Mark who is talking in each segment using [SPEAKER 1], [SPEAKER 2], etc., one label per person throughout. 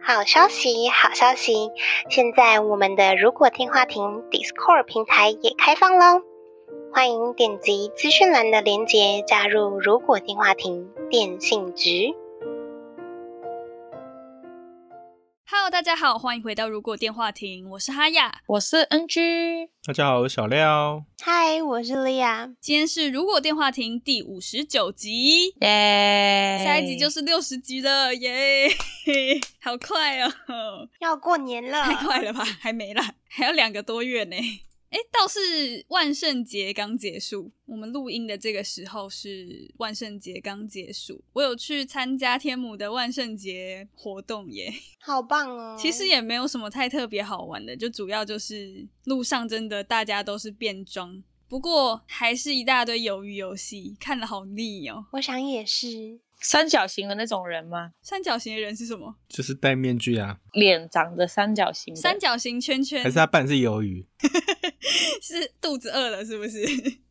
[SPEAKER 1] 好消息，好消息！现在我们的如果电话亭 Discord 平台也开放喽，欢迎点击资讯栏的链接加入如果电话亭电信局。
[SPEAKER 2] Hello，大家好，欢迎回到《如果电话亭》，我是哈雅。
[SPEAKER 3] 我是 NG，
[SPEAKER 4] 大家好，我是小廖。
[SPEAKER 1] 嗨，我是莉亚。
[SPEAKER 2] 今天是《如果电话亭》第五十九集，
[SPEAKER 3] 耶！
[SPEAKER 2] 下一集就是是六十集了，耶！ 好快哦，
[SPEAKER 1] 要过年了，
[SPEAKER 2] 太快了吧？还没啦，还有两个多月呢。哎，倒是万圣节刚结束，我们录音的这个时候是万圣节刚结束。我有去参加天母的万圣节活动耶，
[SPEAKER 1] 好棒哦！
[SPEAKER 2] 其实也没有什么太特别好玩的，就主要就是路上真的大家都是变装，不过还是一大堆鱿鱼游戏，看了好腻哦。
[SPEAKER 1] 我想也是。
[SPEAKER 3] 三角形的那种人吗？
[SPEAKER 2] 三角形的人是什么？
[SPEAKER 4] 就是戴面具啊，
[SPEAKER 3] 脸长着三角形的，
[SPEAKER 2] 三角形圈圈
[SPEAKER 4] 还是他扮是鱿鱼？
[SPEAKER 2] 是肚子饿了是 不是？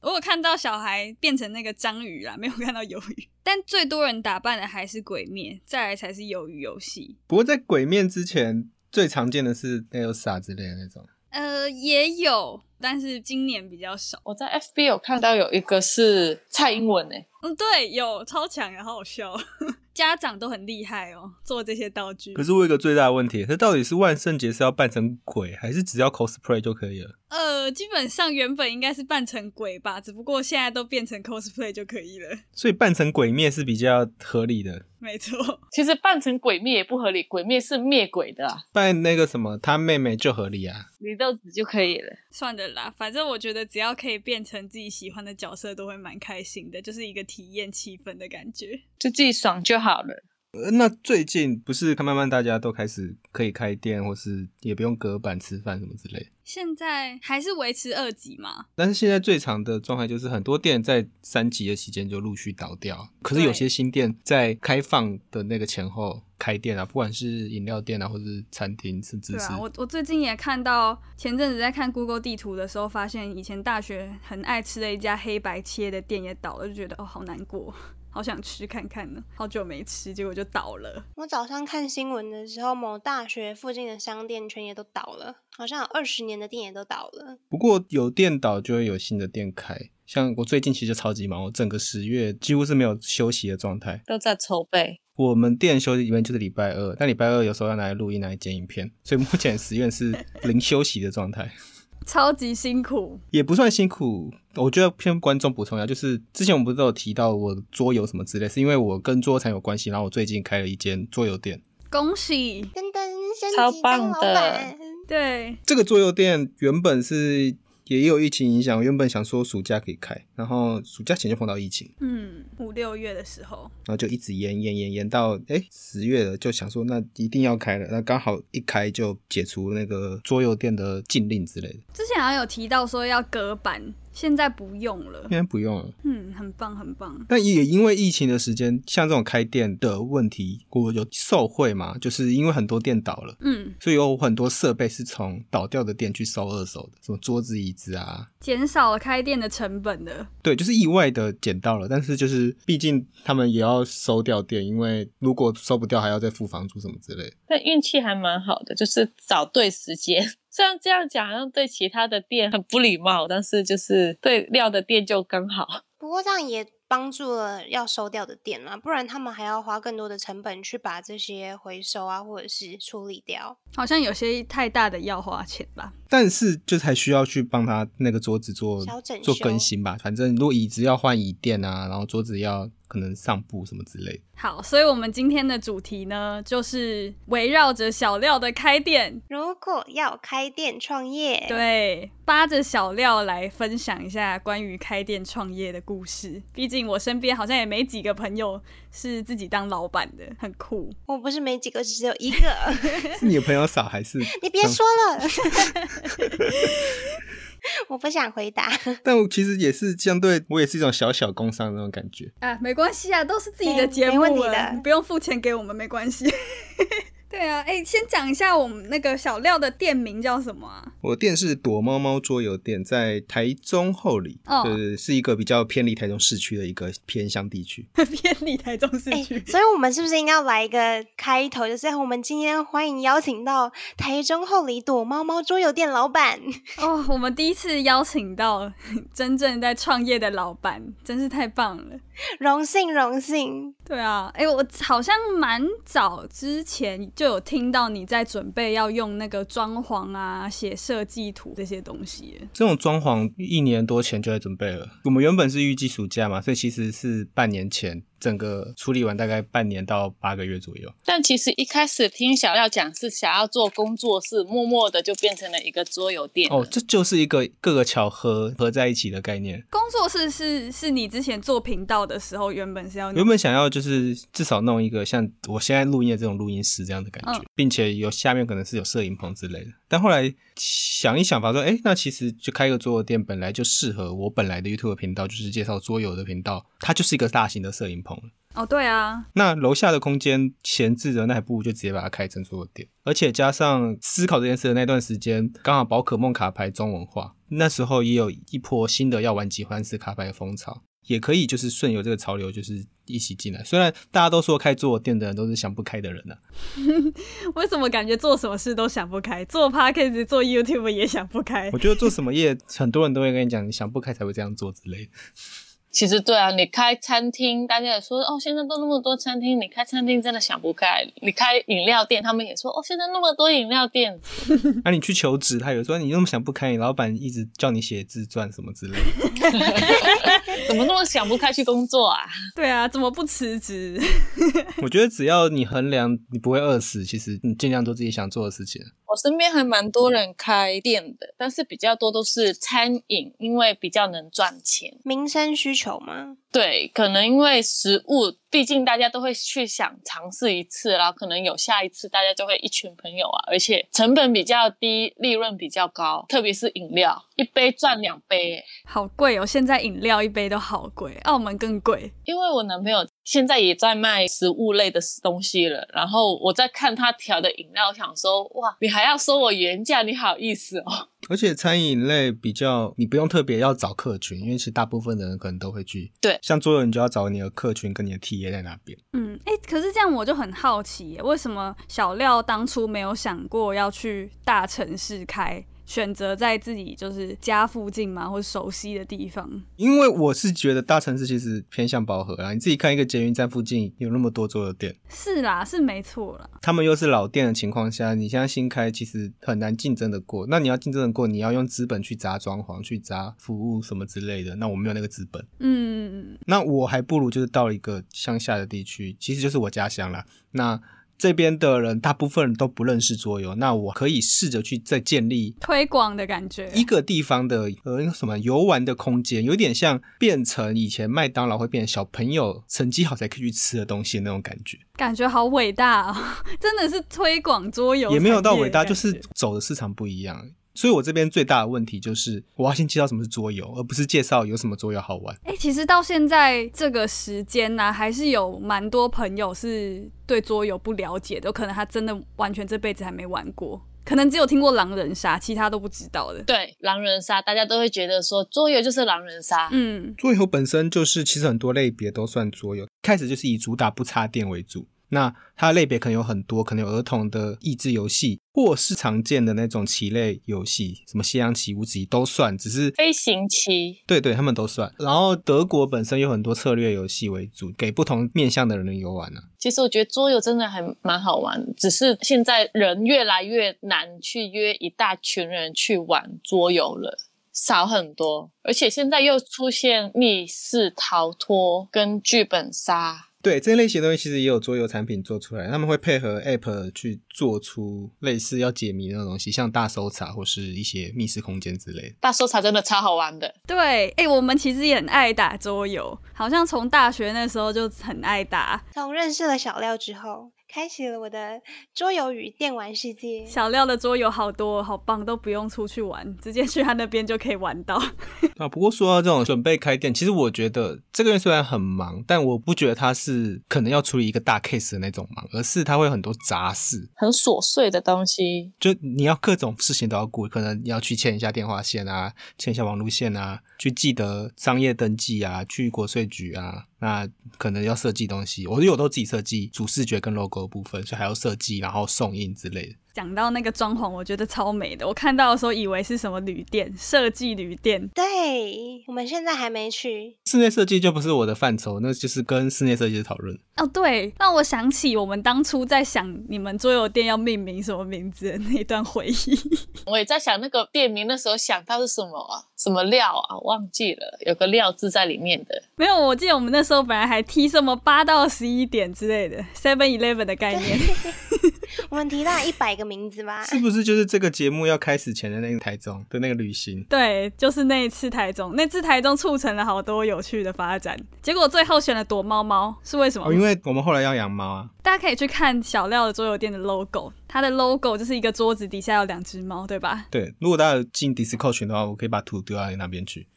[SPEAKER 2] 我有看到小孩变成那个章鱼啦，没有看到鱿鱼。但最多人打扮的还是鬼灭，再来才是鱿鱼游戏。
[SPEAKER 4] 不过在鬼面之前，最常见的是 Elsa 之类的那种。
[SPEAKER 2] 呃，也有，但是今年比较少。
[SPEAKER 3] 我在 FB 有看到有一个是蔡英文诶、
[SPEAKER 2] 嗯，对，有超强，然后好笑，哦 家长都很厉害哦，做这些道具。
[SPEAKER 4] 可是我有一个最大的问题，它到底是万圣节是要扮成鬼，还是只要 cosplay 就可以了？
[SPEAKER 2] 呃，基本上原本应该是扮成鬼吧，只不过现在都变成 cosplay 就可以了。
[SPEAKER 4] 所以扮成鬼面是比较合理的。
[SPEAKER 2] 没错，
[SPEAKER 3] 其实扮成鬼灭也不合理，鬼灭是灭鬼的啊，
[SPEAKER 4] 扮那个什么他妹妹就合理啊。
[SPEAKER 3] 祢豆子就可以了。
[SPEAKER 2] 算了啦，反正我觉得只要可以变成自己喜欢的角色，都会蛮开心的，就是一个体验气氛的感觉。
[SPEAKER 3] 就自己爽就好了。
[SPEAKER 4] 呃那最近不是慢慢大家都开始可以开店，或是也不用隔板吃饭什么之类的。
[SPEAKER 2] 现在还是维持二级嘛？
[SPEAKER 4] 但是现在最长的状态就是很多店在三级的期间就陆续倒掉，可是有些新店在开放的那个前后开店啊，不管是饮料店啊，或是餐厅，甚至
[SPEAKER 2] 对
[SPEAKER 4] 是
[SPEAKER 2] 啊，我我最近也看到，前阵子在看 Google 地图的时候，发现以前大学很爱吃的一家黑白切的店也倒了，就觉得哦好难过， 好想吃看看呢，好久没吃，结果就倒了。
[SPEAKER 1] 我早上看新闻的时候，某大学附近的商店全也都倒了，好像有二十年的店也都倒了。
[SPEAKER 4] 不过有店倒就会有新的店开。像我最近其实超级忙，我整个十月几乎是没有休息的状态。
[SPEAKER 3] 都在筹备，
[SPEAKER 4] 我们店休息一天就是礼拜二，但礼拜二有时候要拿来录音、拿来剪影片，所以目前十月是 零休息的状态。
[SPEAKER 2] 超级辛苦，
[SPEAKER 4] 也不算辛苦，我觉得偏观众补充一下，就是之前我们不是都有提到我桌游什么之类，是因为我跟桌游产有关系，然后我最近开了一间桌游店。
[SPEAKER 2] 恭喜！
[SPEAKER 1] 噔噔，升
[SPEAKER 3] 超
[SPEAKER 1] 级当
[SPEAKER 3] 棒
[SPEAKER 1] 老
[SPEAKER 3] 的
[SPEAKER 1] 板，
[SPEAKER 2] 对，
[SPEAKER 4] 这个桌游店原本是也有疫情影响，我原本想说暑假可以开，然后暑假前就碰到疫情，
[SPEAKER 2] 嗯，五六月的时候，
[SPEAKER 4] 然后就一直延延延延到哎十月了，就想说那一定要开了，那刚好一开就解除那个桌游店的禁令之类的，
[SPEAKER 2] 之前好像有提到说要隔板，现在不用了
[SPEAKER 4] 应。该不用了。
[SPEAKER 2] 嗯，很棒，很棒。
[SPEAKER 4] 但也因为疫情的时间，像这种开店的问题，我有受贿嘛，就是因为很多店倒了。
[SPEAKER 2] 嗯，
[SPEAKER 4] 所以有很多设备是从倒掉的店去收二手的，什么桌子、椅子啊，
[SPEAKER 2] 减少了开店的成本的。
[SPEAKER 4] 对，就是意外的捡到了。但是就是毕竟他们也要收掉店，因为如果收不掉，还要再付房租什么之类的。
[SPEAKER 3] 但运气还蛮好的，就是找对时间。 虽然这样讲好像对其他的店很不礼貌，但是就是对料的店就刚好。
[SPEAKER 1] 不过这样也帮助了要收掉的店啦，不然他们还要花更多的成本去把这些回收啊，或者是处理掉。
[SPEAKER 2] 好像有些太大的要花钱吧。
[SPEAKER 4] 但是就是还需要去帮他那个桌子做
[SPEAKER 1] 小整修
[SPEAKER 4] 做更新吧，反正如果椅子要换椅垫啊，然后桌子要可能上布什么之类的。
[SPEAKER 2] 好，所以我们今天的主题呢，就是围绕着小廖的开店，
[SPEAKER 1] 如果要开店创业，，
[SPEAKER 2] 对，扒着小廖来分享一下关于开店创业的故事。毕竟我身边好像也没几个朋友是自己当老板的，很酷。
[SPEAKER 1] 我不是没几个， 只有一个。
[SPEAKER 4] 是你的朋友少还是
[SPEAKER 1] 你别说了，
[SPEAKER 5] 不想回答。
[SPEAKER 4] 但我其实也是相对，我也是一种小小工伤的那种感觉。
[SPEAKER 2] 啊，没关系啊，都是自己
[SPEAKER 5] 没
[SPEAKER 2] 的节
[SPEAKER 5] 没
[SPEAKER 2] 目
[SPEAKER 5] 问题
[SPEAKER 2] 了
[SPEAKER 5] 的
[SPEAKER 2] 你不用付钱给我们，没关系。 对啊，哎、先讲一下我们那个小廖的店名叫什么啊？
[SPEAKER 4] 我店是躲猫猫桌游店，在台中后里，
[SPEAKER 2] 哦
[SPEAKER 4] 就是是一个比较偏离台中市区的一个偏乡地区。
[SPEAKER 2] 偏离台中市
[SPEAKER 5] 哎、
[SPEAKER 2] 区。
[SPEAKER 5] 所以我们是不是应该要来一个开头？就是哎我们今天欢迎邀请到台中后里躲猫猫桌游店老板，
[SPEAKER 2] 哦，我们第一次邀请到 真正在创业的老板，真是太棒了。
[SPEAKER 5] 荣幸荣幸。
[SPEAKER 2] 对啊，哎、我好像蛮早之前就有听到你在准备要用那个装潢啊、写设计图这些东西耶。
[SPEAKER 4] 这种装潢一年多前就在准备了。我们原本是预计暑假嘛，所以其实是半年前整个处理完，大概半年到八个月左右。
[SPEAKER 3] 但其实一开始听小廖讲是想要做工作室，默默的就变成了一个桌游店。
[SPEAKER 4] 哦，这就是一个各个巧合合在一起的概念。
[SPEAKER 2] 工作室是是你之前做频道的时候原本是要
[SPEAKER 4] 原本想要就是至少弄一个像我现在录音的这种录音室这样的感觉，
[SPEAKER 2] 嗯
[SPEAKER 4] 并且有下面可能是有摄影棚之类的。但后来想一想，发现哎，诶那其实就开一个桌游店本来就适合我本来的 YouTube 频道，就是介绍桌游的频道，它就是一个大型的摄影棚了。
[SPEAKER 2] 哦，对啊，
[SPEAKER 4] 那楼下的空间闲置的，那还不如就直接把它开成桌游店。而且加上思考这件事的那段时间，刚好宝可梦卡牌中文化，那时候也有一波新的要玩集环式卡牌的风潮，也可以就是顺游这个潮流，就是一起进来。虽然大家都说开桌游店的人都是想不开的人啊呢、
[SPEAKER 2] 为什么感觉做什么事都想不开，做 podcast、做 YouTube 也想不开
[SPEAKER 4] 我？觉得做什么业，很多人都会跟你讲，你想不开才会这样做之类的。
[SPEAKER 3] 其实对啊，你开餐厅，大家也说哦，现在都那么多餐厅，你开餐厅真的想不开。你开饮料店，他们也说哦，现在那么多饮料店，
[SPEAKER 4] 那、你去求职，他有说你那么想不开，你老板一直叫你写自传什么之类的。
[SPEAKER 3] 怎么那么想不开去工作啊？
[SPEAKER 2] 对啊，怎么不辞职？
[SPEAKER 4] 我觉得只要你衡量你不会饿死，其实你尽量做自己想做的事情。啊
[SPEAKER 3] 我身边还蛮多人开店的，但是比较多都是餐饮，因为比较能赚钱。
[SPEAKER 5] 民生需求吗？
[SPEAKER 3] 对，可能因为食物，毕竟大家都会去想尝试一次，然后可能有下一次，大家就会一群朋友啊，而且成本比较低，利润比较高，特别是饮料，一杯赚两杯欸。
[SPEAKER 2] 好贵哦，现在饮料一杯都好贵，澳门更贵。
[SPEAKER 3] 因为我男朋友现在也在卖食物类的东西了，然后我在看他调的饮料，想说哇，你还要收我原价，你好意思哦？
[SPEAKER 4] 而且餐饮类比较，你不用特别要找客群，因为其实大部分的人可能都会去。
[SPEAKER 3] 对
[SPEAKER 4] 像桌游，你就要找你的客群跟你的 TA 在那边。
[SPEAKER 2] 嗯，哎、可是这样我就很好奇耶，为什么小廖当初没有想过要去大城市开，选择在自己就是家附近嘛，或熟悉的地方？
[SPEAKER 4] 因为我是觉得大城市其实偏向饱和啊，你自己看一个捷运站附近有那么多桌游店，
[SPEAKER 2] 是啦，是没错啦。
[SPEAKER 4] 他们又是老店的情况下，你现在新开其实很难竞争的过。那你要竞争的过，你要用资本去砸装潢、去砸服务什么之类的，那我没有那个资本。
[SPEAKER 2] 嗯，
[SPEAKER 4] 那我还不如就是到一个乡下的地区，其实就是我家乡啦。那这边的人大部分人都不认识桌游，那我可以试着去再建立
[SPEAKER 2] 推广的感觉。
[SPEAKER 4] 一个地方的呃那个什么游玩的空间，有点像变成以前麦当劳会变成小朋友成绩好才可以去吃的东西的那种感觉，
[SPEAKER 2] 感觉好伟大哦， 真的是推广桌游，
[SPEAKER 4] 也没有到伟大，就是走的市场不一样。所以我这边最大的问题就是，我要先介绍什么是桌游，而不是介绍有什么桌游好玩。
[SPEAKER 2] 哎、诶其实到现在这个时间呢、还是有蛮多朋友是对桌游不了解的，有可能他真的完全这辈子还没玩过，可能只有听过狼人杀，其他都不知道的。
[SPEAKER 3] 对，狼人杀，大家都会觉得说桌游就是狼人杀，
[SPEAKER 2] 嗯，
[SPEAKER 4] 桌游本身就是，其实很多类别都算桌游。开始就是以主打不插电为主，那它的类别可能有很多，可能有儿童的益智游戏，或是常见的那种棋类游戏，什么西洋棋、五子棋都算，只是
[SPEAKER 3] 飞行棋。
[SPEAKER 4] 对对，他们都算。然后德国本身有很多策略游戏为主，给不同面向的人游玩啊。
[SPEAKER 3] 其实我觉得桌游真的还蛮好玩，只是现在人越来越难去约一大群人去玩桌游了。少很多，而且现在又出现密室逃脱跟剧本杀，
[SPEAKER 4] 对这类型的东西，其实也有桌游产品做出来，他们会配合 App 去做出类似要解谜的那种东西，像大搜查或是一些密室空间之类的。
[SPEAKER 3] 大搜查真的超好玩的。
[SPEAKER 2] 对，哎、我们其实也很爱打桌游，好像从大学那时候就很爱打。
[SPEAKER 5] 从认识了小廖之后，开启了我的桌游与电玩世界。
[SPEAKER 2] 小廖的桌游好多好棒，都不用出去玩，直接去他那边就可以玩到。
[SPEAKER 4] 啊，不过说到这种准备开店，其实我觉得这个人虽然很忙，但我不觉得他是可能要处理一个大 case 的那种忙，而是他会有很多杂事，
[SPEAKER 3] 很琐碎的东西，
[SPEAKER 4] 就你要各种事情都要顾，可能你要去牵一下电话线啊，牵一下网路线啊，去记得商业登记啊，去国税局啊，那可能要设计东西，我因为我都自己设计主视觉跟 logo 的部分，所以还要设计，然后送印之类的。
[SPEAKER 2] 讲到那个装潢，我觉得超美的。我看到的时候以为是什么旅店，设计旅店，
[SPEAKER 5] 对，我们现在还没去，
[SPEAKER 4] 室内设计就不是我的范畴，那就是跟室内设计师讨论。
[SPEAKER 2] 哦，对，让我想起我们当初在想你们桌游店要命名什么名字的那段回忆。
[SPEAKER 3] 我也在想那个店名，那时候想到是什么啊？什么料啊？忘记了，有个料字在里面的。
[SPEAKER 2] 没有，我记得我们那时候本来还提什么八到十一点之类的 Seven Eleven 的概 念。
[SPEAKER 5] 我们提到一百个名字
[SPEAKER 1] 哎
[SPEAKER 5] 吧。
[SPEAKER 4] 是不是就是这个节目要开始前的那个台中的那个旅行？
[SPEAKER 2] 对，就是那一次台中，那次台中促成了好多有趣的发展。结果最后选了躲猫猫，是为什么？
[SPEAKER 4] 哦，因为我们后来要养猫啊，
[SPEAKER 2] 大家可以去看小廖的桌游店的 logo，它的 logo 就是一个桌子底下有两只猫，对吧？
[SPEAKER 4] 对，如果大家有进 Discord 群的话，我可以把图丢到那边去。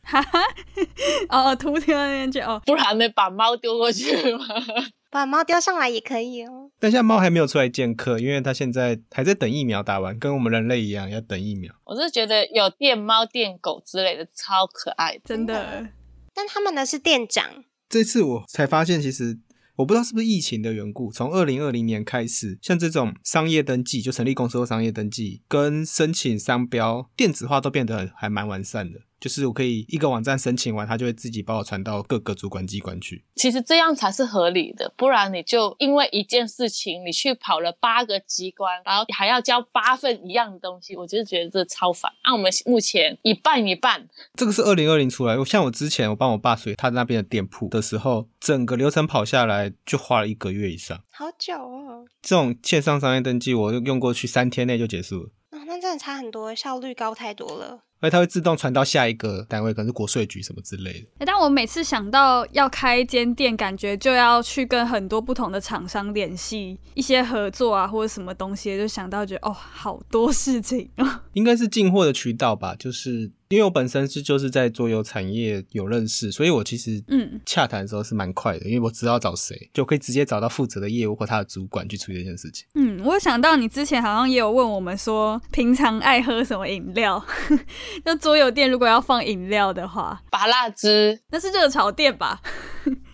[SPEAKER 2] 哦，哦，图贴到那边去哦。
[SPEAKER 3] 不然呢，把猫丢过去吗？
[SPEAKER 5] 把猫叼上来也可以哦。
[SPEAKER 4] 但现在猫还没有出来见客，因为它现在还在等疫苗打完，跟我们人类一样要等疫苗。
[SPEAKER 3] 我是觉得有电猫、电狗之类的超可爱的。
[SPEAKER 2] 真的
[SPEAKER 5] 的，但他们的是店长，
[SPEAKER 4] 这次我才发现，其实我不知道是不是疫情的缘故，从二零二零年开始，像这种商业登记，就成立公司或商业登记，跟申请商标电子化都变得还蛮完善的。就是我可以一个网站申请完，它就会自己把我传到各个主管机关去。
[SPEAKER 3] 其实这样才是合理的，不然你就因为一件事情，你去跑了八个机关，然后还要交八份一样的东西，我就觉得这超烦。那、我们目前一半一半，
[SPEAKER 4] 这个是二零二零出来，我像我之前我帮我爸随他那边的店铺的时候，整个流程跑下来就花了一个月以上。
[SPEAKER 5] 好久哦。
[SPEAKER 4] 这种线上商业登记，我用过去三天内就结束了，
[SPEAKER 5] 啊、那真的差很多，效率高太多了。
[SPEAKER 4] 而且它会自动传到下一个单位，可能是国税局什么之类的。
[SPEAKER 2] 诶但我每次想到要开一间店，感觉就要去跟很多不同的厂商联系一些合作啊，或者什么东西，就想到觉得哦，好多事情。哦
[SPEAKER 4] 应该是进货的渠道吧，就是因为我本身是就是在桌游产业有认识，所以我其实
[SPEAKER 2] 嗯
[SPEAKER 4] 洽谈的时候是蛮快的，因为我知道找谁，就可以直接找到负责的业务或他的主管去处理这件事情。
[SPEAKER 2] 嗯，我有想到你之前好像也有问我们说，平常爱喝什么饮料？ 就桌游店如果要放饮料的话，
[SPEAKER 3] 拔蜡汁
[SPEAKER 2] 那是热炒店吧？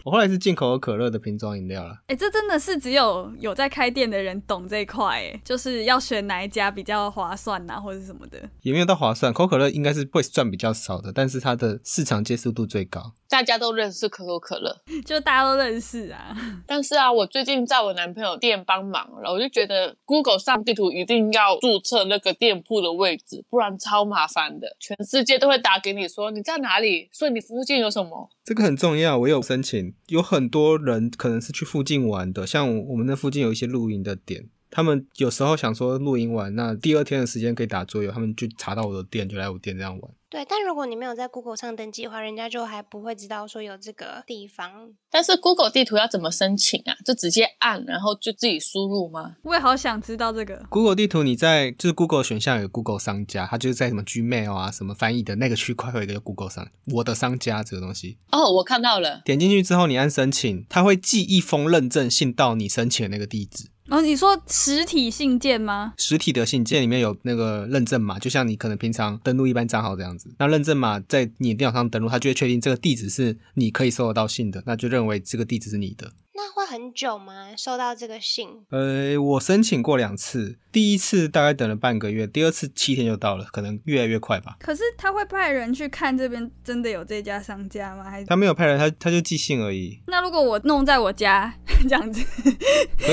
[SPEAKER 4] 我后来是进口可乐的瓶装饮料啦，
[SPEAKER 2] 哎、这真的是只有有在开店的人懂这一块，哎，就是要选哪一家比较划算呐、或者什么的。
[SPEAKER 4] 也没有到划算。可口可乐应该是会赚比较少的，但是它的市场接受度最高。
[SPEAKER 3] 大家都认识可口可乐，
[SPEAKER 2] 就大家都认识啊。
[SPEAKER 3] 但是啊，我最近在我男朋友店帮忙，然后我就觉得 Google 上地图一定要注册那个店铺的位置，不然超麻烦的。全世界都会打给你说你在哪里，所以你附近有什么。
[SPEAKER 4] 这个很重要，我有申请，有很多人可能是去附近玩的，像我们那附近有一些露营的点，他们有时候想说露营完，那第二天的时间可以打桌游，他们就查到我的店，就来我店这样玩。
[SPEAKER 5] 对，但如果你没有在 Google 上登记的话，人家就还不会知道说有这个地方。
[SPEAKER 3] 但是 Google 地图要怎么申请啊？就直接按，然后就自己输入吗？
[SPEAKER 2] 我也好想知道这个。
[SPEAKER 4] Google 地图，你在就是 Google 选项有 Google 商家，它就是在什么 Gmail 啊、什么翻译的那个区块会有一个叫 Google 商我的商家这个东西，
[SPEAKER 3] 哦，我看到了，
[SPEAKER 4] 点进去之后你按申请，它会寄一封认证信到你申请的那个地址。
[SPEAKER 2] 然、哦后你说实体信件吗？
[SPEAKER 4] 实体的信件里面有那个认证码，就像你可能平常登录一般账号这样子。那认证码在你的电脑上登录，它就会确定这个地址是你可以收得到信的，那就认为这个地址是你的。
[SPEAKER 5] 那会很久吗？收到这个信，
[SPEAKER 4] 呃，我申请过两次，第一次大概等了半个月，第二次七天就到了，可能越来越快吧。
[SPEAKER 2] 可是他会派人去看这边真的有这家商家吗？还是
[SPEAKER 4] 他没有派人，他他就寄信而已，
[SPEAKER 2] 那如果我弄在我家 这样子
[SPEAKER 4] 可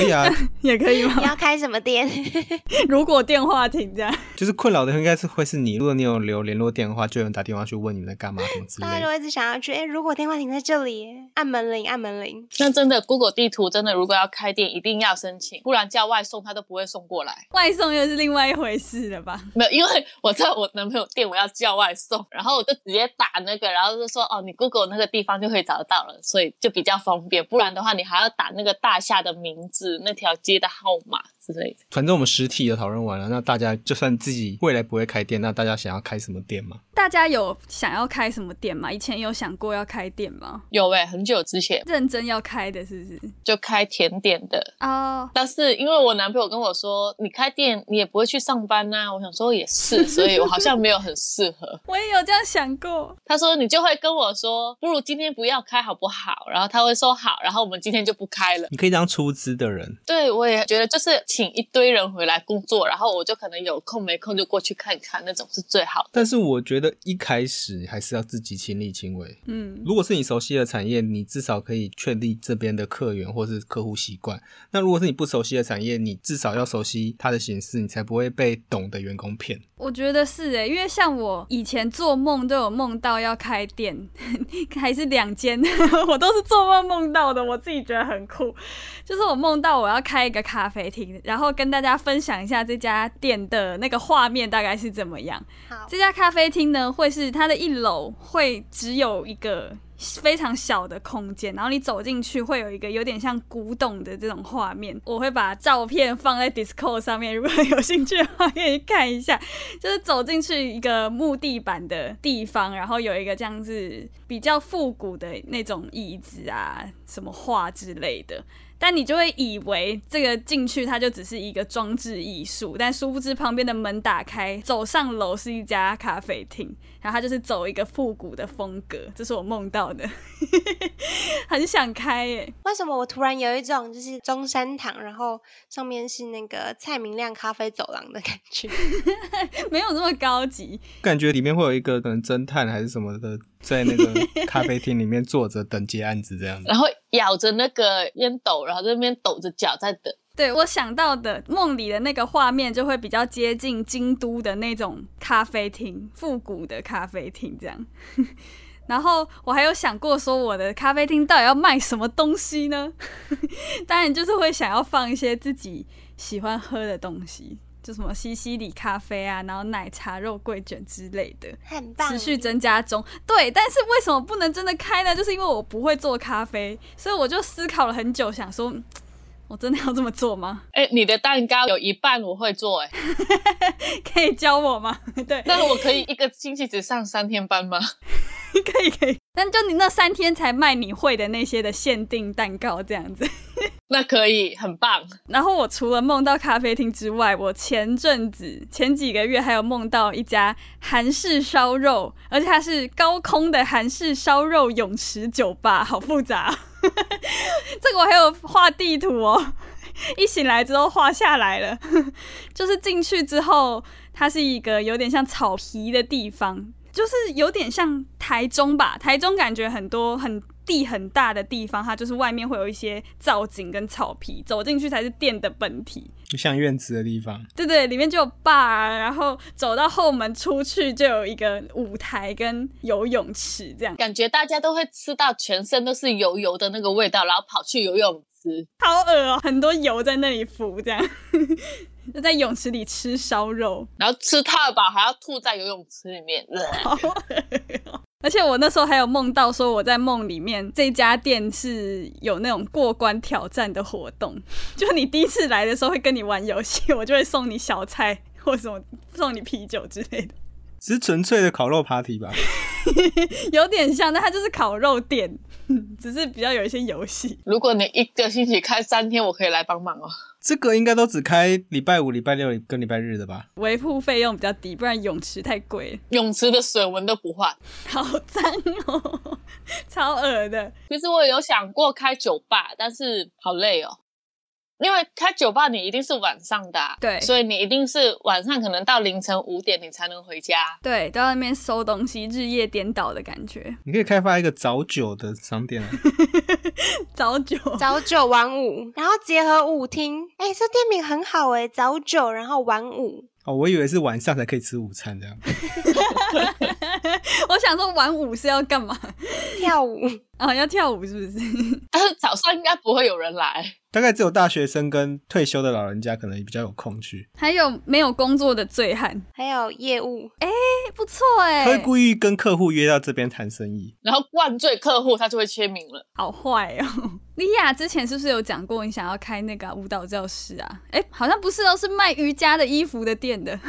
[SPEAKER 4] 以啊。
[SPEAKER 2] 也可以
[SPEAKER 5] 你
[SPEAKER 2] 吗？
[SPEAKER 5] 要开什么 店？
[SPEAKER 2] 如果电话亭这样，
[SPEAKER 4] 就是困扰的应该是会是你，如果你有留联络电话，就有人打电话去问你们在干嘛什么之
[SPEAKER 5] 大
[SPEAKER 4] 类
[SPEAKER 5] 家就
[SPEAKER 4] 的。
[SPEAKER 5] 会一直想要去。哎，如果电话亭在这里耶，按门铃，按门铃。
[SPEAKER 3] 那真的 Google 地图真的如果要开店，一定要申请，不然叫外送他都不会送过来。
[SPEAKER 2] 外送又是另外一回事了吧？
[SPEAKER 3] 没有，因为 我在我男朋友店，我要叫外送，然后我就直接打那个，然后就说哦，你 Google 那个地方就可以找得到了，所以就比较方便。不然的话，你还要打那个大厦的名字、那条街的号码之类的。
[SPEAKER 4] 反正我们实体的讨论完了，那大家就算自己未来不会开店，那大家想要开什么店吗？
[SPEAKER 2] 大家有想要开什么店吗？以前有想过要开店吗？
[SPEAKER 3] 有诶、很久之前
[SPEAKER 2] 认真要开的是不是？
[SPEAKER 3] 就开甜点的，
[SPEAKER 2] 哦、
[SPEAKER 3] 但是因为我男朋友跟我说，你开店你也不会去上班呐、我想说也是，所以我好像没有很适合。
[SPEAKER 2] 我也有这样想过。
[SPEAKER 3] 他说你就会跟我说，不如今天不要开好不好？然后他会说好，然后我们今天就不开了。
[SPEAKER 4] 你可以当出资的人，
[SPEAKER 3] 对，我也觉得就是请一堆人回来工作，然后我就可能有空没空就过去看看，那种是最好的。
[SPEAKER 4] 但是我觉得一开始还是要自己亲力亲为。
[SPEAKER 2] 嗯，
[SPEAKER 4] 如果是你熟悉的产业，你至少可以确立这边的客源或是客户习惯。那如果是你不熟悉的产业，你至少要熟悉它的形式，你才不会被懂的员工骗。
[SPEAKER 2] 我觉得是欸诶、因为像我以前做梦都有梦到要开店， 还是两间， 我都是做梦梦到的，我自己觉得很酷。就是我梦到我要开一个咖啡厅，然后跟大家分享一下这家店的那个画面大概是怎么样。
[SPEAKER 5] 好，
[SPEAKER 2] 这家咖啡厅呢，会是它的一楼会只有一个非常小的空间，然后你走进去会有一个有点像古董的这种画面。我会把照片放在 Discord 上面，如果有兴趣的话可以看一下。就是走进去一个木地板的地方，然后有一个这样子比较复古的那种椅子啊，什么画之类的。但你就会以为这个进去它就只是一个装置艺术，但殊不知旁边的门打开，走上楼是一家咖啡厅，然后它就是走一个复古的风格，这是我梦到的， 很想开耶。
[SPEAKER 1] 为什么我突然有一种就是中山堂，然后上面是那个蔡明亮咖啡走廊的感 觉？
[SPEAKER 2] 没有那么高级，
[SPEAKER 4] 感觉里面会有一个可能侦探还是什么的，在那个咖啡厅里面坐着等接案子这样子。
[SPEAKER 3] 然后咬着那个烟斗，然后在那边抖着脚在等。
[SPEAKER 2] 对我想到的梦里的那个画面，就会比较接近京都的那种咖啡厅，复古的咖啡厅这样。 然后我还有想过说，我的咖啡厅到底要卖什么东西呢？ 当然就是会想要放一些自己喜欢喝的东西，就什么西西里咖啡啊，然后奶茶、肉桂卷之类的。
[SPEAKER 1] 很棒，
[SPEAKER 2] 持续增加中。对，但是为什么不能真的开呢？就是因为我不会做咖啡，所以我就思考了很久，想说。嗯我真的要这么做吗？
[SPEAKER 3] 哎，你的蛋糕有一半我会做，哎，
[SPEAKER 2] 可以教我吗？ 对，
[SPEAKER 3] 那我可以一个星期只上三天班吗？
[SPEAKER 2] 可以可以。但就你那三天才卖你会的那些的限定蛋糕这样子。
[SPEAKER 3] 那可以，很棒。
[SPEAKER 2] 然后我除了梦到咖啡厅之外，我前阵子前几个月还有梦到一家韩式烧肉，而且它是高空的韩式烧肉泳池酒吧，好复杂、哦。 这个我还有画地图哦， 一醒来之后画下来了。就是进去之后，它是一个有点像草皮的地方，就是有点像台中吧。台中感觉很多很地很大的地方，它就是外面会有一些造景跟草皮，走进去才是店的本体。
[SPEAKER 4] 就像院子的地方，
[SPEAKER 2] 对对，里面就有 bar，啊然后走到后门出去就有一个舞台跟游泳池这样。
[SPEAKER 3] 感觉大家都会吃到全身都是油油的那个味道，然后跑去游泳池。
[SPEAKER 2] 好恶哦、很多油在那里浮，这样 就在泳池里吃烧肉，
[SPEAKER 3] 然后吃太饱还要吐在游泳池里面。呃
[SPEAKER 2] 好恶哦而且我那时候还有梦到说，我在梦里面这家店是有那种过关挑战的活动， 就你第一次来的时候会跟你玩游戏，我就会送你小菜或什么送你啤酒之类的，
[SPEAKER 4] 只是纯粹的烤肉 party 吧。
[SPEAKER 2] 有点像，但它就是烤肉店， 只是比较有一些游戏。
[SPEAKER 3] 如果你一个星期开三天，我可以来帮忙哦。
[SPEAKER 4] 这个应该都只开礼拜五、礼拜六跟礼拜日的吧？
[SPEAKER 2] 维护费用比较低，不然泳池太贵 了，
[SPEAKER 3] 泳池的水我们都不换。
[SPEAKER 2] 好脏哦， 超恶的。
[SPEAKER 3] 其实我有想过开酒吧，但是好累哦。因为开酒吧你一定是晚上的啊、
[SPEAKER 2] 对
[SPEAKER 3] 所以你一定是晚上可能到凌晨五点你才能回家。
[SPEAKER 2] 对，都在那边搜东西，日夜颠倒的感觉。
[SPEAKER 4] 你可以开发一个早酒的商店啊，
[SPEAKER 2] 早九，
[SPEAKER 1] 早九晚五，然后结合舞厅，哎、这店名很好哎、早九然后晚五，
[SPEAKER 4] 哦，我以为是晚上才可以吃午餐这样。
[SPEAKER 2] 我想说晚舞是要干嘛？
[SPEAKER 1] 跳舞，
[SPEAKER 2] 啊、要跳舞是不是？
[SPEAKER 3] 但是早上应该不会有人来。
[SPEAKER 4] 大概只有大学生跟退休的老人家可能比较有空去，
[SPEAKER 2] 还有没有工作的醉汉，
[SPEAKER 1] 还有业务，
[SPEAKER 2] 哎，不错哎、
[SPEAKER 4] 他会故意跟客户约到这边谈生意。
[SPEAKER 3] 然后灌醉客户，他就会签名了。
[SPEAKER 2] 好坏哦。 莉亚之前是不是有讲过你想要开那个啊、舞蹈教室啊？哎，好像不是哦，是卖瑜伽的衣服的店的。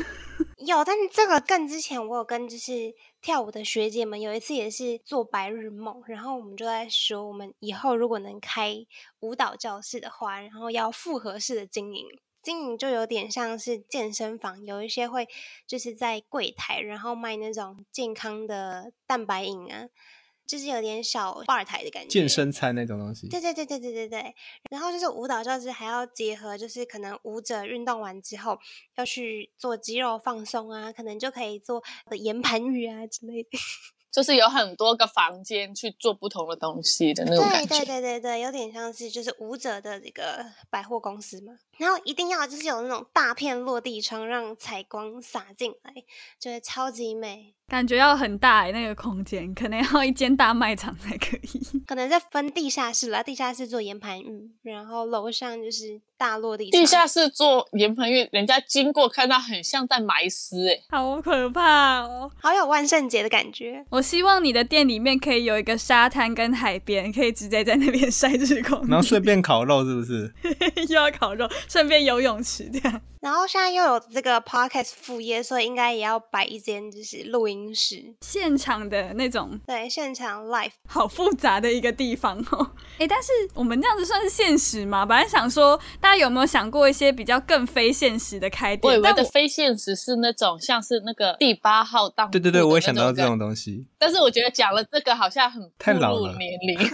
[SPEAKER 1] 有，但这个更之前我有跟就是跳舞的学姐们有一次也是做白日梦，然后我们就在说，我们以后如果能开舞蹈教室的话，然后要复合式的经营。经营就有点像是健身房，有一些会就是在柜台，然后卖那种健康的蛋白饮啊，就是有点小吧台的感觉。
[SPEAKER 4] 健身餐那种东西，
[SPEAKER 1] 对对对对对对对。然后就是舞蹈教室还要结合，就是可能舞者运动完之后要去做肌肉放松啊，可能就可以做岩盘浴啊之类的。
[SPEAKER 3] 就是有很多个房间去做不同的东西的那种感
[SPEAKER 1] 对
[SPEAKER 3] 觉。
[SPEAKER 1] 对对对对，有点像是就是舞者的这个百货公司嘛。然后一定要就是有那种大片落地窗，让采光洒进来，就会超级美。
[SPEAKER 2] 感觉要很大、欸、那个空间，可能要一间大卖场才可以。
[SPEAKER 1] 可能再分地下室啦，地下室做岩盘浴，然后楼上就是大落地窗。
[SPEAKER 3] 地下室做岩盆浴，人家经过看到很像在埋尸哎、
[SPEAKER 2] 好可怕哦！
[SPEAKER 1] 好有万圣节的感觉。
[SPEAKER 2] 我希望你的店里面可以有一个沙滩跟海边，可以直接在那边晒日光浴，
[SPEAKER 4] 然后顺便烤肉是不是？
[SPEAKER 2] 又要烤肉，顺便游泳池这样。
[SPEAKER 1] 然后现在又有这个 podcast 副业，所以应该也要摆一间就是录音室，
[SPEAKER 2] 现场的那种
[SPEAKER 1] 对，现场 live。
[SPEAKER 2] 好复杂的一个地方 哦。哎，但是我们这样子算是现实吗？本来想说，大家有没有想过一些比较更非现实的开
[SPEAKER 3] 我
[SPEAKER 2] 店？
[SPEAKER 3] 以为
[SPEAKER 2] 但
[SPEAKER 3] 的非现实是那种像是那个第八号当铺
[SPEAKER 4] 对对对，
[SPEAKER 3] 的
[SPEAKER 4] 我也
[SPEAKER 3] 那
[SPEAKER 4] 想到这
[SPEAKER 3] 感
[SPEAKER 4] 种东西。
[SPEAKER 3] 但是我觉得讲了这个好像很
[SPEAKER 4] 太
[SPEAKER 3] 步
[SPEAKER 4] 老
[SPEAKER 3] 入
[SPEAKER 4] 了
[SPEAKER 3] 年龄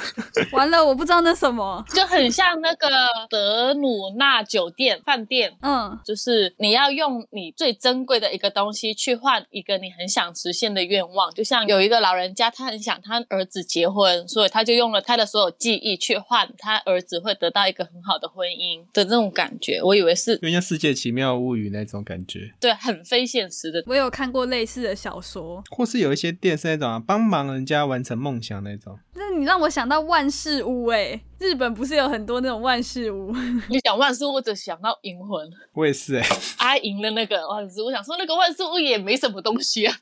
[SPEAKER 2] 我完了，我不知道那什么。
[SPEAKER 3] 就很像那个德鲁纳酒店饭店。
[SPEAKER 2] 嗯，
[SPEAKER 3] 就是你要用你最珍贵的一个东西去换一个你很想实现的愿望，就像有一个老人家，他很想他儿子结婚，所以他就用了他的所有记忆去换他儿子会得到一个很好的婚姻的那种感觉。我以为是
[SPEAKER 4] 有点像《世界奇妙物语》那种感觉，
[SPEAKER 3] 对很非现实的，
[SPEAKER 2] 我有看过类似的小说，
[SPEAKER 4] 或是有一些店是那种啊，帮忙人家完成梦想那种。
[SPEAKER 2] 那你让我想到万事屋哎、日本不是有很多那种万事屋？
[SPEAKER 3] 你讲万事屋，我只想到银魂
[SPEAKER 4] 我也是哎、
[SPEAKER 3] 阿银的那个万事屋，我想说那个万事屋也没什么东西啊。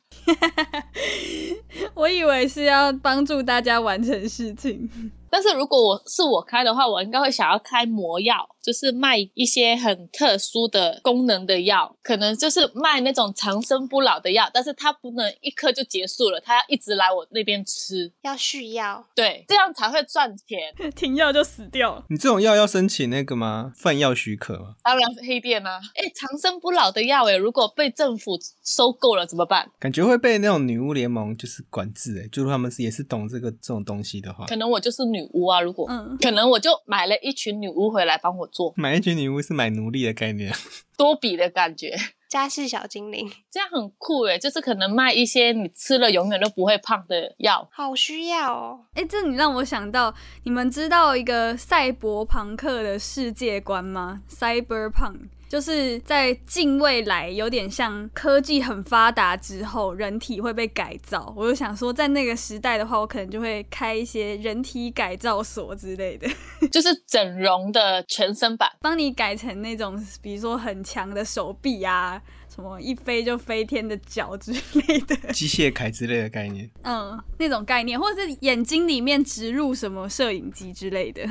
[SPEAKER 2] 我以为是要帮助大家完成事情。
[SPEAKER 3] 但是如果我是我开的话，我应该会想要开魔药，就是卖一些很特殊的功能的药，可能就是卖那种长生不老的药，但是它不能一颗就结束了，它要一直来我那边吃，
[SPEAKER 1] 要续药，
[SPEAKER 3] 对，这样才会赚钱。
[SPEAKER 2] 停药就死掉了。
[SPEAKER 4] 你这种药要申请那个吗？贩药许可吗？
[SPEAKER 3] 当然是黑店啊，哎，长生不老的药，哎，如果被政府收购了怎么办？
[SPEAKER 4] 感觉会被那种女巫联盟就是管制哎、就如果他们是也是懂这个这种东西的话
[SPEAKER 3] 可，能我就是女巫啊，如果。
[SPEAKER 2] 嗯，
[SPEAKER 3] 可能我就买了一群女巫回来帮我做
[SPEAKER 4] 买一群女巫是买奴隶的概念，
[SPEAKER 3] 多比的感觉，
[SPEAKER 1] 家事小精灵，
[SPEAKER 3] 这样很酷诶，就是可能卖一些你吃了永远都不会胖的药。
[SPEAKER 1] 好需要哦。
[SPEAKER 2] 哎、这你让我想到，你们知道一个赛博朋克的世界观吗？Cyberpunk 就是在近未来，有点像科技很发达之后，人体会被改造。我就想说，在那个时代的话，我可能就会开一些人体改造所之类的，
[SPEAKER 3] 就是整容的全身版，
[SPEAKER 2] 帮你改成那种，比如说很强的手臂啊，什么一飞就飞天的脚之类的。
[SPEAKER 4] 机械铠之类的概念。
[SPEAKER 2] 嗯，那种概念，或者是眼睛里面植入什么摄影机之类的，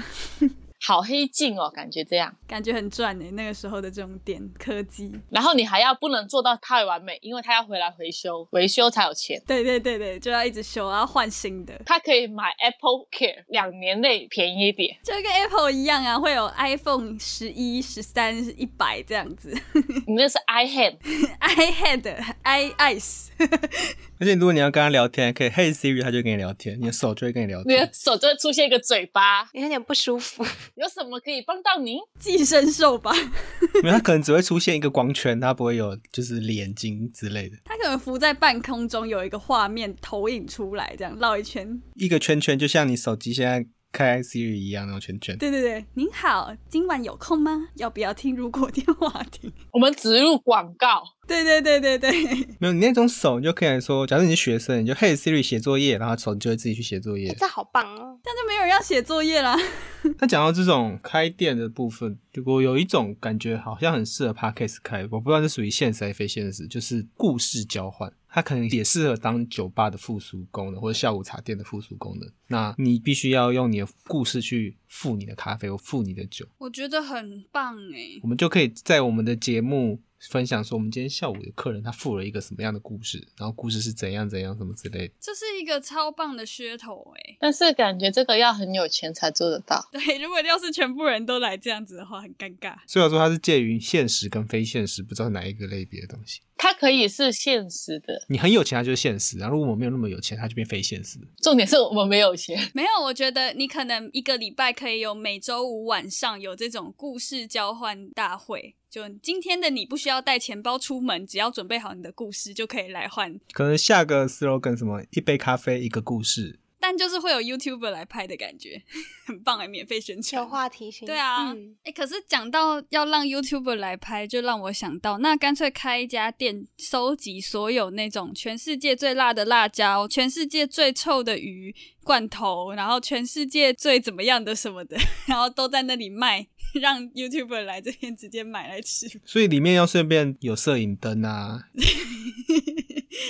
[SPEAKER 3] 好黑镜哦，感觉这样。
[SPEAKER 2] 感觉很赚诶、那个时候的这种点科技，
[SPEAKER 3] 然后你还要不能做到太完美，因为他要回来维修，维修才有钱。
[SPEAKER 2] 对对对对，就要一直修，然后换新的，
[SPEAKER 3] 他可以买 Apple Care，两年内便宜一点。
[SPEAKER 2] 就跟 Apple 一样啊，会有 iPhone 十一、十三、一百这样子
[SPEAKER 3] 你那是 iHand，
[SPEAKER 2] ，iHead、iIce，
[SPEAKER 4] 而且如果你要跟他聊天，还可以 Hey Siri，他就跟你聊天，你的手就会跟你聊
[SPEAKER 3] 你的
[SPEAKER 4] 天。
[SPEAKER 3] 手就会出现一个嘴巴。
[SPEAKER 1] 有点不舒服，
[SPEAKER 3] 有什么可以帮到您？
[SPEAKER 2] 寄生兽吧，
[SPEAKER 4] 没有，他可能只会出现一个光圈，他不会有就是眼睛之类的，
[SPEAKER 2] 它可能浮在半空中，有一个画面投影出来，这样绕一圈。
[SPEAKER 4] 一个圈圈，就像你手机现在开 Siri 一样那种圈圈。
[SPEAKER 2] 对对对，您好，今晚有空吗？要不要听如果电话亭？
[SPEAKER 3] 我们植入广告，
[SPEAKER 2] 对对对对 对，
[SPEAKER 4] 没有，你那种手你就可以说，假如你是学生，你就 Hey Siri 写作业，然后手就会自己去写作
[SPEAKER 1] 哎
[SPEAKER 4] 业。
[SPEAKER 1] 这好棒哦！
[SPEAKER 2] 但就没有人要写作业啦。
[SPEAKER 4] 那讲到这种开店的部分，就我有一种感觉，好像很适合 podcast 开，我不知道是属于现实还是非现实，就是故事交换。它可能也适合当酒吧的附属功能，或者下午茶店的附属功能。那你必须要用你的故事去付你的咖啡，或付你的酒。
[SPEAKER 2] 我觉得很棒哎
[SPEAKER 4] 我，们就可以在我们的节目分享说，我们今天下午的客人他付了一个什么样的故事，然后故事是怎样怎样什么之类的。
[SPEAKER 2] 这是一个超棒的噱头哎。
[SPEAKER 3] 但是感觉这个要很有钱才做得到。
[SPEAKER 2] 对，如果要是全部人都来这样子的话，很尴尬。
[SPEAKER 4] 虽然说它是介于现实跟非现实，不知道哪一个类别的东西。
[SPEAKER 3] 它可以是现实的，
[SPEAKER 4] 你很有钱，它就是现实；然后如果我没有那么有钱，它就变非现实。
[SPEAKER 3] 重点是我们没有钱。
[SPEAKER 2] 没有，我觉得你可能一个礼拜可以有每周五晚上有这种故事交换大会。就今天的你不需要带钱包出门，只要准备好你的故事就可以来换。
[SPEAKER 4] 可能下个 slogan 什么一杯咖啡一个故事，
[SPEAKER 2] 但就是会有 YouTuber 来拍的感觉， 很棒哎，免费宣
[SPEAKER 1] 有
[SPEAKER 2] 传。
[SPEAKER 1] 话题性，
[SPEAKER 2] 对啊，哎、
[SPEAKER 1] 嗯
[SPEAKER 2] 可是讲到要让 YouTuber 来拍，就让我想到，那干脆开一家店，收集所有那种全世界最辣的辣椒、全世界最臭的鱼罐头，然后全世界最怎么样的什么的， 然后都在那里卖， 让 YouTuber 来这边直接买来吃，
[SPEAKER 4] 所以里面要顺便有摄影灯啊。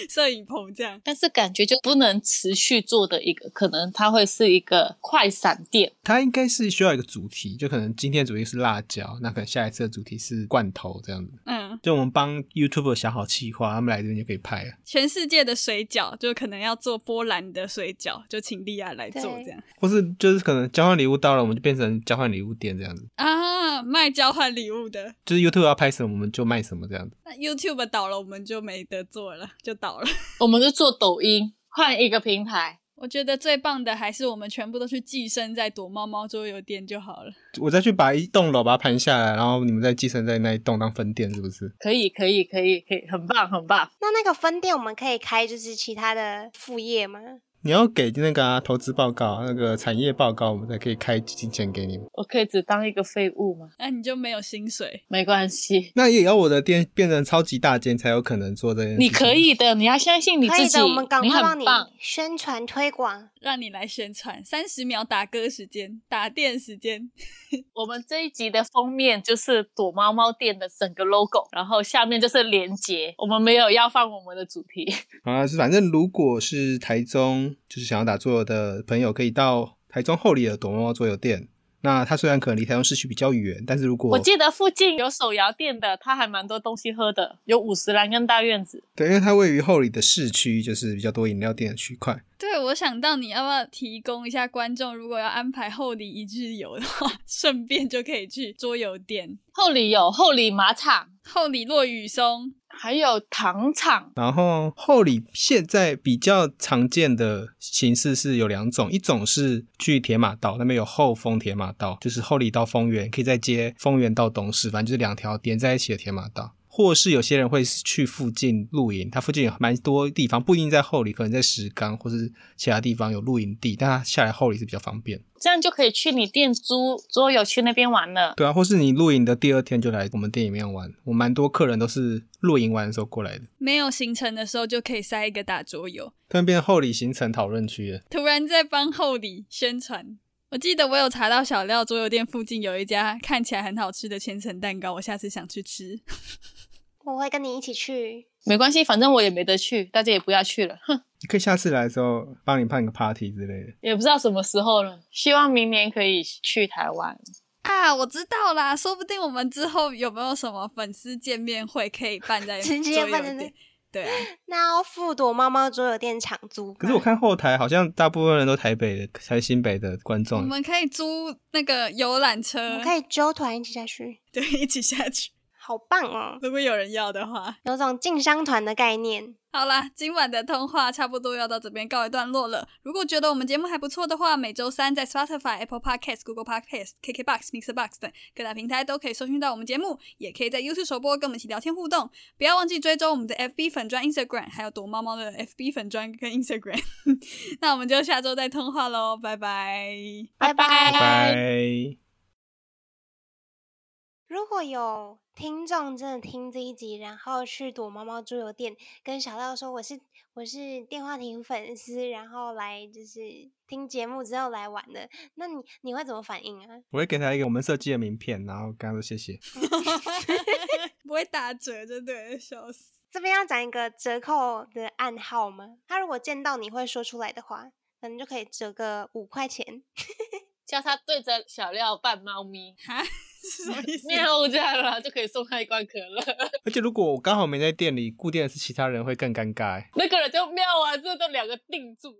[SPEAKER 2] 摄影棚这样。
[SPEAKER 3] 但是感觉就不能持续做的一个，可能它会是一个快闪店，
[SPEAKER 4] 它应该是需要一个主题，就可能今天的主题是辣椒，那可能下一次的主题是罐头这样子。
[SPEAKER 2] 嗯，
[SPEAKER 4] 就我们帮 YouTube 想好企划，他们来这边就可以拍了，
[SPEAKER 2] 全世界的水饺就可能要做波兰的水饺，就请莉亚来做
[SPEAKER 1] 对
[SPEAKER 2] 这样
[SPEAKER 4] 或是就是可能交换礼物到了，我们就变成交换礼物店这样子。
[SPEAKER 2] 啊，卖交换礼物的。
[SPEAKER 4] 就是 YouTube 要拍什么，我们就卖什么这样子。
[SPEAKER 2] 那 YouTube 倒了，我们就没得做了，就倒了。
[SPEAKER 3] 我们就做抖音，换一个平台。
[SPEAKER 2] 我觉得最棒的还是我们全部都去寄生在躲猫猫桌游店就好了。
[SPEAKER 4] 我再去把一栋楼把它盘下来，然后你们再寄生在那一栋当分店，是不是？
[SPEAKER 3] 可以，可以，可以，可以，很棒，很棒。
[SPEAKER 1] 那那个分店我们可以开就是其他的副业吗？
[SPEAKER 4] 你要给那个、啊、投资报告、那个产业报告，我们才可以开基金钱给你们。
[SPEAKER 3] 我可以只当一个废物吗？
[SPEAKER 2] 那、你就没有薪水，
[SPEAKER 3] 没关系，
[SPEAKER 4] 那也要我的店变成超级大间才有可能做这件事。
[SPEAKER 3] 你可，以的，你要相信你
[SPEAKER 1] 可以
[SPEAKER 3] 自己，
[SPEAKER 1] 的，我们赶
[SPEAKER 3] 你
[SPEAKER 1] 快帮
[SPEAKER 3] 很
[SPEAKER 1] 你
[SPEAKER 3] 棒。
[SPEAKER 1] 宣传推广。
[SPEAKER 2] 让你来宣传。三十秒打歌时间，打电时间。
[SPEAKER 3] 我们这一集的封面就是躲猫猫店的整个 logo，然后下面就是连接。我们没有要放我们的主题，
[SPEAKER 4] 啊，是反正如果是台中，就是想要打桌游的朋友，可以到台中后里的躲猫猫桌游店。那它虽然可能离台中市区比较远，但是如果
[SPEAKER 3] 我记得附近有手摇店的，它还蛮多东西喝的，有五十岚跟大院子。
[SPEAKER 4] 对，因为它位于后里的市区，就是比较多饮料店的区块。
[SPEAKER 2] 对，我想到你要不要提供一下观众，如果要安排后里一日游的话， 顺便就可以去桌游店。
[SPEAKER 3] 后里有后里马场，
[SPEAKER 2] 后里落雨松，
[SPEAKER 3] 还有糖厂，
[SPEAKER 4] 然后后里现在比较常见的形式是有两种，一种是去铁马道那边有后丰铁马道，就是后里到丰原，可以再接丰原到东市，反正就是两条连在一起的铁马道。或是有些人会去附近露营，它附近有蛮多地方，不一定在后里，可能在石冈或是其他地方有露营地，但它下来后里是比较方便。
[SPEAKER 3] 这样就可以去你店租桌游去那边玩了。
[SPEAKER 4] 对啊，或是你露营的第二天就来我们店里面玩，我蛮多客人都是露营完的时候过来的，
[SPEAKER 2] 没有行程的时候就可以塞一个打桌游。
[SPEAKER 4] 突然变成后里行程讨论区了。
[SPEAKER 2] 突然在帮厚礼宣传。我记得我有查到小料桌游店附近有一家看起来很好吃的千层蛋糕，我下次想去吃。
[SPEAKER 1] 我会跟你一起去，
[SPEAKER 3] 没关系，反正我也没得去，大家也不要去了。哼，
[SPEAKER 4] 你可以下次来的时候帮你办个 party 之类的。
[SPEAKER 3] 也不知道什么时候了，希望明年可以去台湾。
[SPEAKER 2] 啊，我知道啦，说不定我们之后有没有什么粉丝见面会可以办在
[SPEAKER 1] 直接
[SPEAKER 2] 桌游
[SPEAKER 1] 办在那
[SPEAKER 2] 店？对 啊，
[SPEAKER 1] 那要付躲猫猫桌游店场租。
[SPEAKER 4] 可是我，看后台好像大部分人都台北的，台新北的观
[SPEAKER 2] 我
[SPEAKER 4] 众。
[SPEAKER 2] 们可以租那个游览
[SPEAKER 1] 我
[SPEAKER 2] 车
[SPEAKER 1] 们，可以揪团一起下去，
[SPEAKER 2] 对，一起下去。
[SPEAKER 1] 好棒哦！
[SPEAKER 2] 如果有人要的话，
[SPEAKER 1] 有种竞商团的概念。
[SPEAKER 2] 好啦，今晚的通话差不多要到这边告一段落了。如果觉得我们节目还不错的话，每周三在 Spotify、Apple Podcast、Google Podcast、KKBox、Mixer Box 等各大平台都可以收听到我们节目，也可以在 YouTube 首播跟我们一起聊天互动。不要忘记追踪我们的 FB 粉专、Instagram，还有躲猫猫的 FB 粉专跟 Instagram。那我 们就下周再通话喽，拜拜。
[SPEAKER 1] 拜拜
[SPEAKER 4] 拜。
[SPEAKER 1] 如果有听众真的听这一集，然后去躲猫猫猪油店，跟小廖说我是我是电话亭粉丝，然后来就是听节目之后来玩的，那你你会怎么反应啊？
[SPEAKER 4] 我会给他一个我们设计的名片，然后跟他说谢谢。
[SPEAKER 2] 不会打折，就对了，笑死。
[SPEAKER 1] 这边要讲一个折扣的暗号吗？他如果见到你会说出来的话，可能就可以折个五块钱。
[SPEAKER 3] 叫他对着小廖扮猫咪，
[SPEAKER 2] 哈，是什么意思？
[SPEAKER 3] 喵这样啦，就可以送他一罐可乐。
[SPEAKER 4] 而且如果我刚好没在店里，固定的是其他人会更尴尬欸。
[SPEAKER 3] 那个人就喵啊，这都两个定住。